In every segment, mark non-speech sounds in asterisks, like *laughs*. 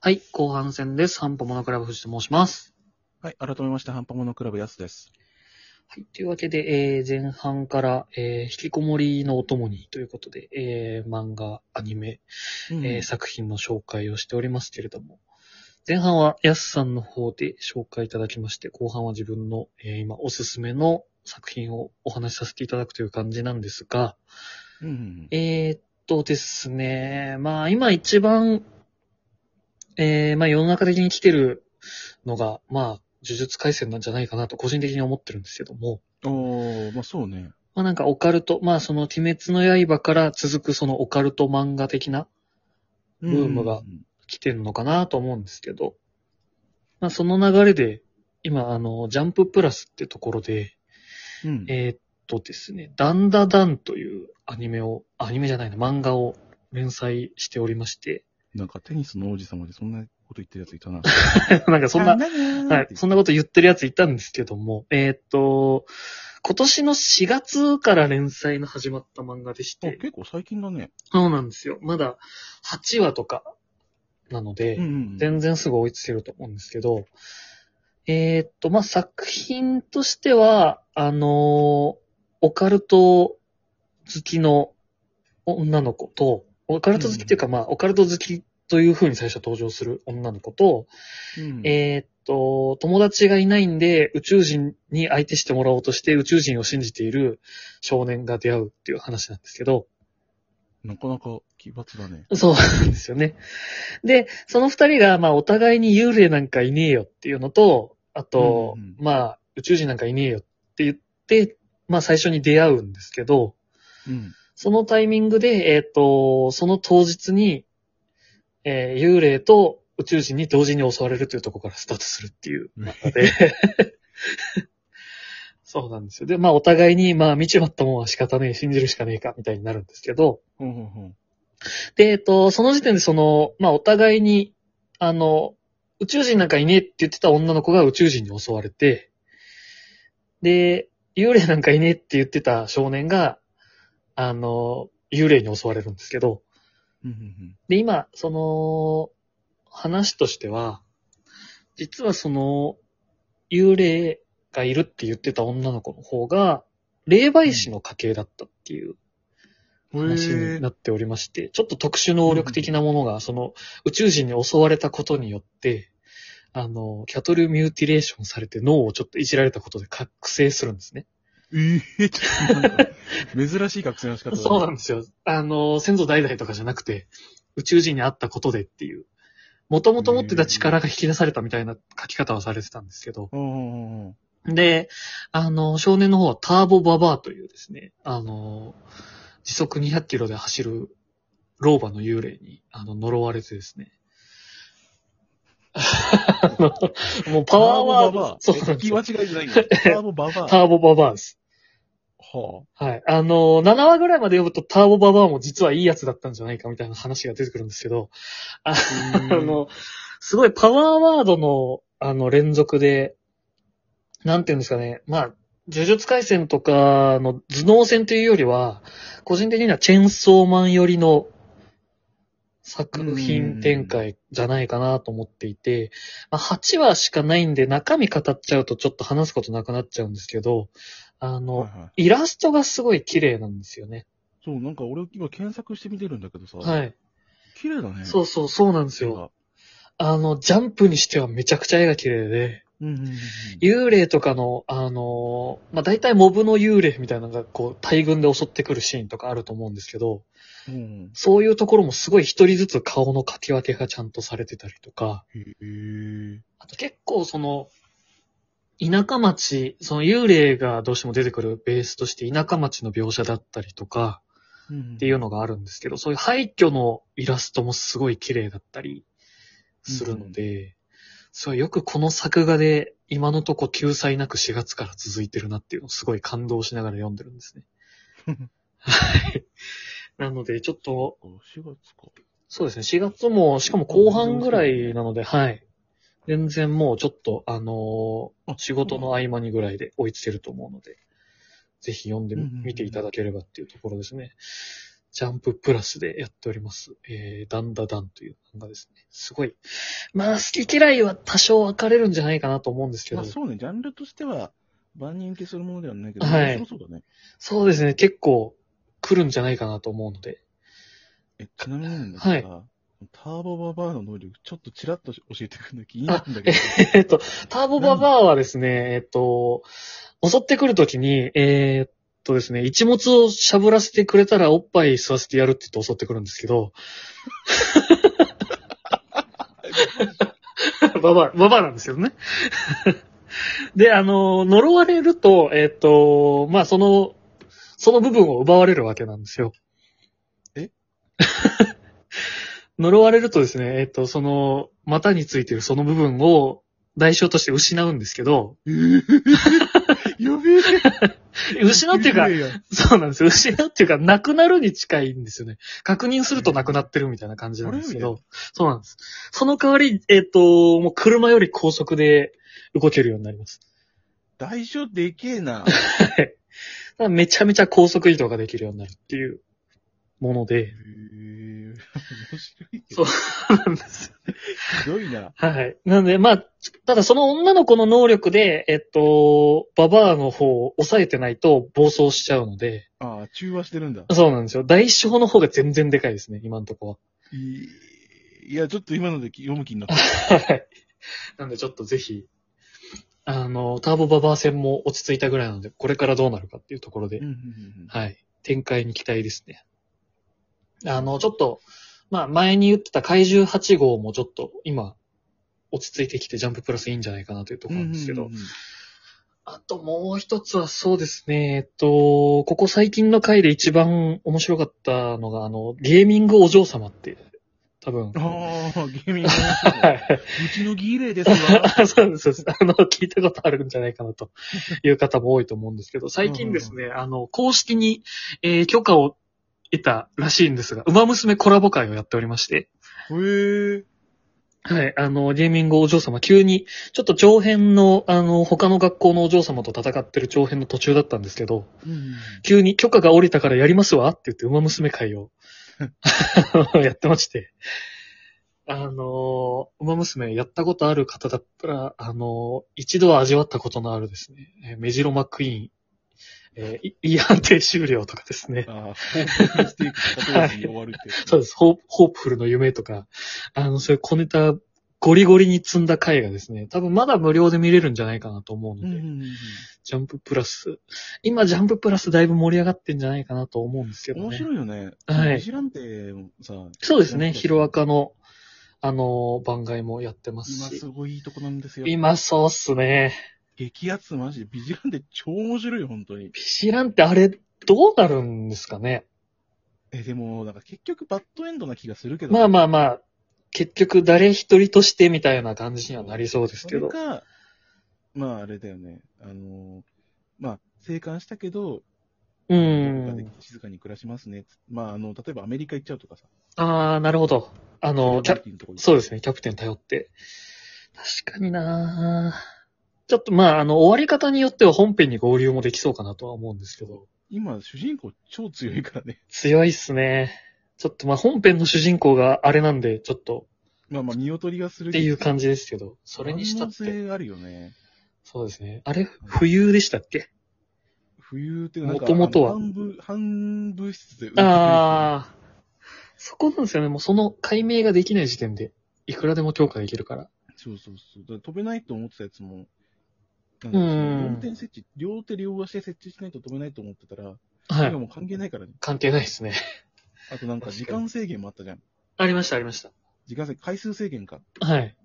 はい、後半戦です。ハンパモノクラブ藤と申します。はい、改めまして、ハンパモノクラブやすです。はい、というわけで、えー、前半から、えー、引きこもりのお供にということで、えー、漫画、アニメ、うんえー作品の紹介をしておりますけれども、前半はやすさんの方で紹介いただきまして、後半は自分の、えー今おすすめの作品をお話しさせていただくという感じなんですが、うんえーっとですね、まあ今一番、えー、まあ世の中的に来てるのが、まあ、呪術回戦なんじゃないかなと個人的に思ってるんですけども、おー、まあそうね。まあなんかオカルト、まあその鬼滅の刃から続くそのオカルト漫画的なブームが来てるのかなと思うんですけど、まあその流れで、今あの、ジャンププラスってところで、うん。えーっとですね、ダンダダンというアニメを、アニメじゃないな、漫画を連載しておりまして、 *laughs* なんかテニスの王子様でそんなこと言ってるやついたな。なんかそんな、は、はいそんなこと言ってるやついたんですけども、えーっと、今年の4月から連載の始まった漫画でしとて、結構最近だね。そうなんですよ。まだ8話とかなので、うんうんうん。全然すぐ追いつけると思うんですけど、えーっと、まあ、作品としては、あのーオカルト好きの女の子と、オカルト好きっていうか、まあ、オカルト好きという風に最初登場する女の子と、うんえーっと、友達がいないんで、宇宙人に相手してもらおうとして、宇宙人を信じている少年が出会うっていう話なんですけど、なかなか奇抜だね。そうなんですよね。で、その二人が、まあ、お互いに幽霊なんかいねえよっていうのと、あと、うんうんまあ、宇宙人なんかいねえよって言って、まあ、最初に出会うんですけど、うん。そのタイミングで、えっ、と、その当日に、えー幽霊と宇宙人に同時に襲われるというところからスタートするっていう中で、 *laughs* そうなんですよ。で、まあ、お互いに、まあ、見ちまったもんは仕方ねえ、信じるしかねえか、みたいになるんですけど、ほんほんほん。で、えっと、その時点でその、まあ、お互いに、あの、宇宙人なんかいねえって言ってた女の子が宇宙人に襲われて、で、幽霊なんかいねえって言ってた少年が、あの、幽霊に襲われるんですけど、うんうんで、今、その、話としては、実はその、幽霊がいるって言ってた女の子の方が、霊媒師の家系だったっていううん。話にへなっておりまして、ちょっと特殊能力的なものが、その、宇宙人に襲われたことによって、あの、キャトルミューティレーションされて脳をちょっといじられたことで覚醒するんですね。え。えー、ちょっとなんか、珍しい学生の仕方だねそうなんですよ。あの、先祖代々とかじゃなくて、宇宙人に会ったことでっていう、元々持ってた力が引き出されたみたいな書き方をされてたんですけど、ほんほんほんほん。で、あの、少年の方はターボババアというですね、あの、時速200キロで走る老婆の幽霊に、あの、呪われてですね。 *laughs* あのもうパワーワード、そそううななんんでですすよ。よ聞き間違いじゃない *laughs* んだ。ターボババア。はターボババアです。あ。はい。あの、7話ぐらいまで読むとターボババアも実はいいやつだったんじゃないかみたいな話が出てくるんですけど、*laughs* ああ、の、すごいパワーワードの、あの、連続で、なんていうんですかね。まあ、呪術回戦とかの頭脳戦というよりは、個人的にはチェンソーマン寄りの作品展開じゃないかなと思っていて、まあ、8話しかないんで中身語っちゃうとちょっと話すことなくなっちゃうんですけど、あの、はいはい。イラストがすごい綺麗なんですよね。そう、なんか俺今検索してみてるんだけどさ。はい。綺麗だね。そううそう、そうなんですよ。。あの、ジャンプにしてはめちゃくちゃ絵が綺麗で、うんうんうんうん。幽霊とかの、あのーまあ、大体モブの幽霊みたいなのが、こう、大群で襲ってくるシーンとかあると思うんですけど、うんそういうところもすごい一人ずつ顔の書き分けがちゃんとされてたりとか、へえ。あと結構その、田舎町、その幽霊がどうしても出てくるベースとして田舎町の描写だったりとかっていうの。のがあるんですけど、そういう廃墟のイラストもすごい綺麗だったりするので、そうよくこの作画で今のとこ救済なく4月から続いてるなっていうのをすごい感動しながら読んでるんですね。はい。なのでちょっと4月か。そうですね。4月も、しかも後半ぐらいなので、はい。全然もうちょっと、あのーあ仕事の合間にぐらいで追いつけると思うので、ぜひ読んでみうんうんうん見ていただければっていうところですね。ジャンププラスでやっております。えー、ダンダダンという漫画ですね。すごい。まあ、好き嫌いは多少分かれるんじゃないかなと思うんですけまどあ、そうね、ジャンルとしては、万人受けするものではないけど、はい面白そうだね。そうですね、結構来るんじゃないかなと思うので。え、ちなみになんだはけいどさ、ターボババアの能力、ちょっとちらっと教えてくんなきゃいいんだけど。 *laughs* えっと、ターボババアはですね、えっと、襲ってくるときに、えーっとですね、一物をしゃぶらせてくれたらおっぱい吸わせてやるって言って襲ってくるんですけど、ババア、ババアなんですけどね。で、あの、呪われると、えーっと、まあ、その、その部分を奪われるわけなんですよ。え *laughs* 呪われるとですね、えーっと、その、股についてるその部分を代償として失うんですけど、えー *laughs* やべえ。失うっていうか、やべえや *laughs* そうなんですよ。失うっていうか、なくなるに近いんですよね。確認するとなくなってるみたいな感じなんですけあれど。そうなんです。その代わり、えっ、と、もう車より高速で動けるようになります。代償でけ *laughs* えな。だからめちゃめちゃ高速移動ができるようになるっていうものえで。ー面白いけそうど。なんです。ひどいな。はい。なんで、まあ、ただその女の子の能力で、えっ、と、ババアの方を抑えてないと暴走しちゃうので、ああ、中和してるんだ。そうなんですよ。代償の方が全然でかいですね、今のところは。いいや、ちょっと今ので読む気になった。はい。なんでちょっとぜひ、あの、ターボババア戦も落ち着いたぐらいなので、これからどうなるかっていうところで、うんうんうんうんはい。展開に期待ですね。あの、ちょっと、まあ前に言ってた怪獣8号もちょっと今、落ち着いてきてジャンププラスいいんじゃないかなというところなんですけど、うんうんうんあともう一つはそうですね、えっと、ここ最近の回で一番面白かったのが、あの、ゲーミングお嬢様って、多 *laughs* 分。ああ、ゲーミング。はうい。ちの儀礼ですわ。 *laughs* あそうです、そうです。あの、聞いたことあるんじゃないかなという方も多いと思うんですけど、最近ですね、あの、公式に、えー許可を得たらしいんですが、馬娘コラボ会をやっておりまして、へえ。はい、あの、ゲーミングお嬢様、急に、ちょっと長編の、あの、他の学校のお嬢様と戦ってる長編の途中だったんですけど、うん急に許可が下りたからやりますわって言って、馬娘会を *laughs* やってまして。あのー、馬娘やったことある方だったら、あのー一度は味わったことのあるですね、えーメジロマックイーン、えーいいい判定終了とかですね。ああ、ホープにしていく形に終わるって。 *laughs* そうです。ホーホープフルの夢とか、あの、そういう小ネタ、ゴリゴリに積んだ回がですね、多分まだ無料で見れるんじゃないかなと思うのうんで、うんうんうんジャンププラス。今、ジャンププラスだいぶ盛り上がってんじゃないかなと思うんですけどね。面白いよね。はいビジランテもさ、そうですなね。るほどヒロアカの、あのー番外もやってます今しす。ごいいいとこなんですよ。今、そうっすね。激アツマジで、ビジランテ超面白いよ、本当に。ビシランってあれ、どうなるんですかね。え、でも、なんか結局バッドエンドな気がするけど。まあまあまあ、結局誰一人としてみたいな感じにはなりそうですそけれど。か、まああれだよね。あのー、まあ、生還したけど、うどっかでん。静かに暮らしますね。まあ、あの、例えばアメリカ行っちゃうとかさ。あー、なるほど。あの、キャそうですね、キャプテン頼って。確かになちょっとまあ、あの、終わり方によっては本編に合流もできそうかなとは思うんですけど。今、主人公超強いからね。 *laughs* 強いっすね。ちょっとまあ、本編の主人公があれなんで、ちょっと、まあまあ、見劣りがするっていう感じ。じですけど、それにしたっ万能て。性あるよね。そうですね。あれ、冬でしたっけ冬ってなんか、元々は半分、半分室で。ああ。そこなんですよね。もうその解明ができない時点で、いくらでも強化できるから。そうそうそう。だから飛べないと思ってたやつも、うなんかそんの4点設置、両手両足で設置しないと飛べないと思ってたら、は今い。もう関係ないからね。関係ないですね。あとなんか時間制限もあったじゃん。 *laughs* ありました、ありました。時間制限、回数制限か。はい。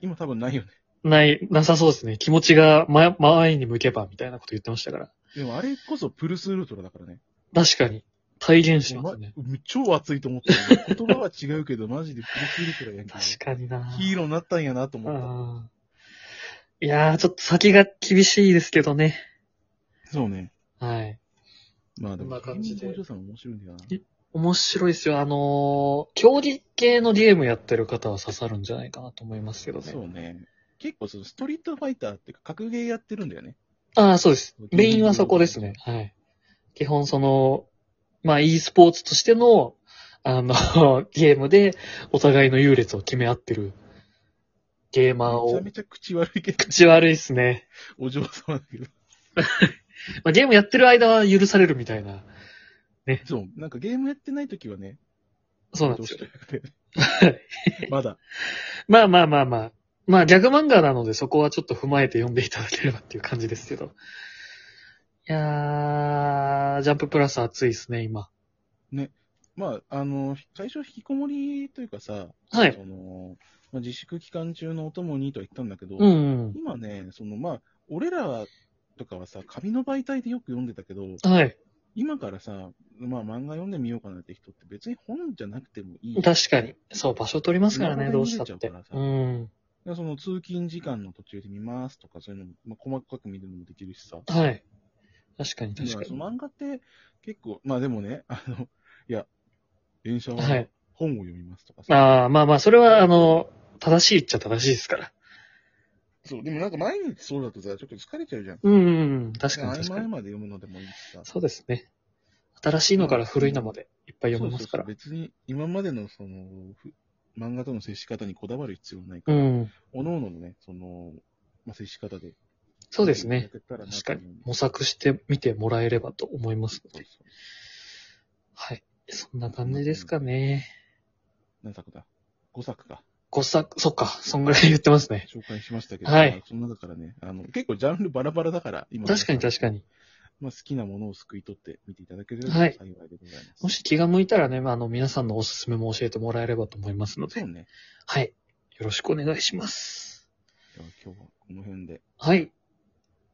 今多分ないよね。ない、なさそうですね。気持ちが前、前に向けば、みたいなこと言ってましたから。でもあれこそプルスウルトラだからね。確かに。体現しおてま前すね。超熱いと思ったよね。言葉は違うけど、マジでプルスウルトラやんけ。確かになヒーローになったんやなと思った。うんいやー、ちょっと先が厳しいですけどね。そうね。はい。まあでも、こんな感じでヒーローお嬢さん面白いんだよな。面白いですよ。あのー競技系のゲームやってる方は刺さるんじゃないかなと思いますけどね。そうね。結構そのストリートファイターっていうか、格ゲーやってるんだよね。ああ、そうですそう。メインはそこですね。はい。基本その、まあ e スポーツとしての、あの、 *laughs* ゲームでお互いの優劣を決め合ってるゲーマーめちゃを。めちゃ口悪いけど、口悪いっすね。お嬢様だ *laughs* けど。まあゲームやってる間は許されるみたいな。そう、なんかゲームやってない時はね、そうなんですよ。よ。 *laughs* まだ。まあまあまあまあ。まあギャグ漫画なのでそこはちょっと踏まえて読んでいただければっていう感じですけど。いやー、ジャンププラス熱いですね、今。まあ、あの、最初引きこもりというかさ、はい。その、まあ、自粛期間中のお供にとは言ったんだけど、うんうん。今ね、その、まあ、俺らとかはさ、紙の媒体でよく読んでたけど、はい。今からさ、まあ漫画読んでみようかなって人って別に本じゃなくてもいい。だか確かに。そう、場所取りますからね、どうしたって。うん。らその通勤時間の途中で見ますとか、そういうのも、まあ、細かく見るのもできるしさ。はい。確かに、確まかあそに。の漫画って結構、まあでもね、 *laughs* あの、いや、電車ははい本を読みますとかさ。ああ、まあまあ、それは、あの、正しいっちゃ正しいですから。そう、でもなんか毎日そうだとさ、ちょっと疲れちゃうじゃん。うんうんうん。確かに、合確間か合に。間で読むのでもいいしさ。そうですね。新しいのから古いのまでいっぱい読めますからそう。そうそう別に今までのその、ふ漫画との接し方にこだわる必要はないかうら、ん。おのおののね、その、まあ、接し方で。そうですね。。確確かに模索してみてもらえればと思いますので。はい。そんな感じですかね。何作だ ?5 作か。 5作、そっか、そんぐらい言ってますね。紹介しましたけど、はいまあその中からね、あの、結構ジャンルバラバラだから、今。確かに確かに。まあ、好きなものをすくい取って見ていただければはい幸いでございます。もし気が向いたらね、まあ、あの、皆さんのおすすめも教えてもらえればと思いますのでそ。うね。はい。よろしくお願いします。では今日はこの辺ではい。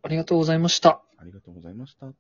ありがとうございました。ありがとうございました。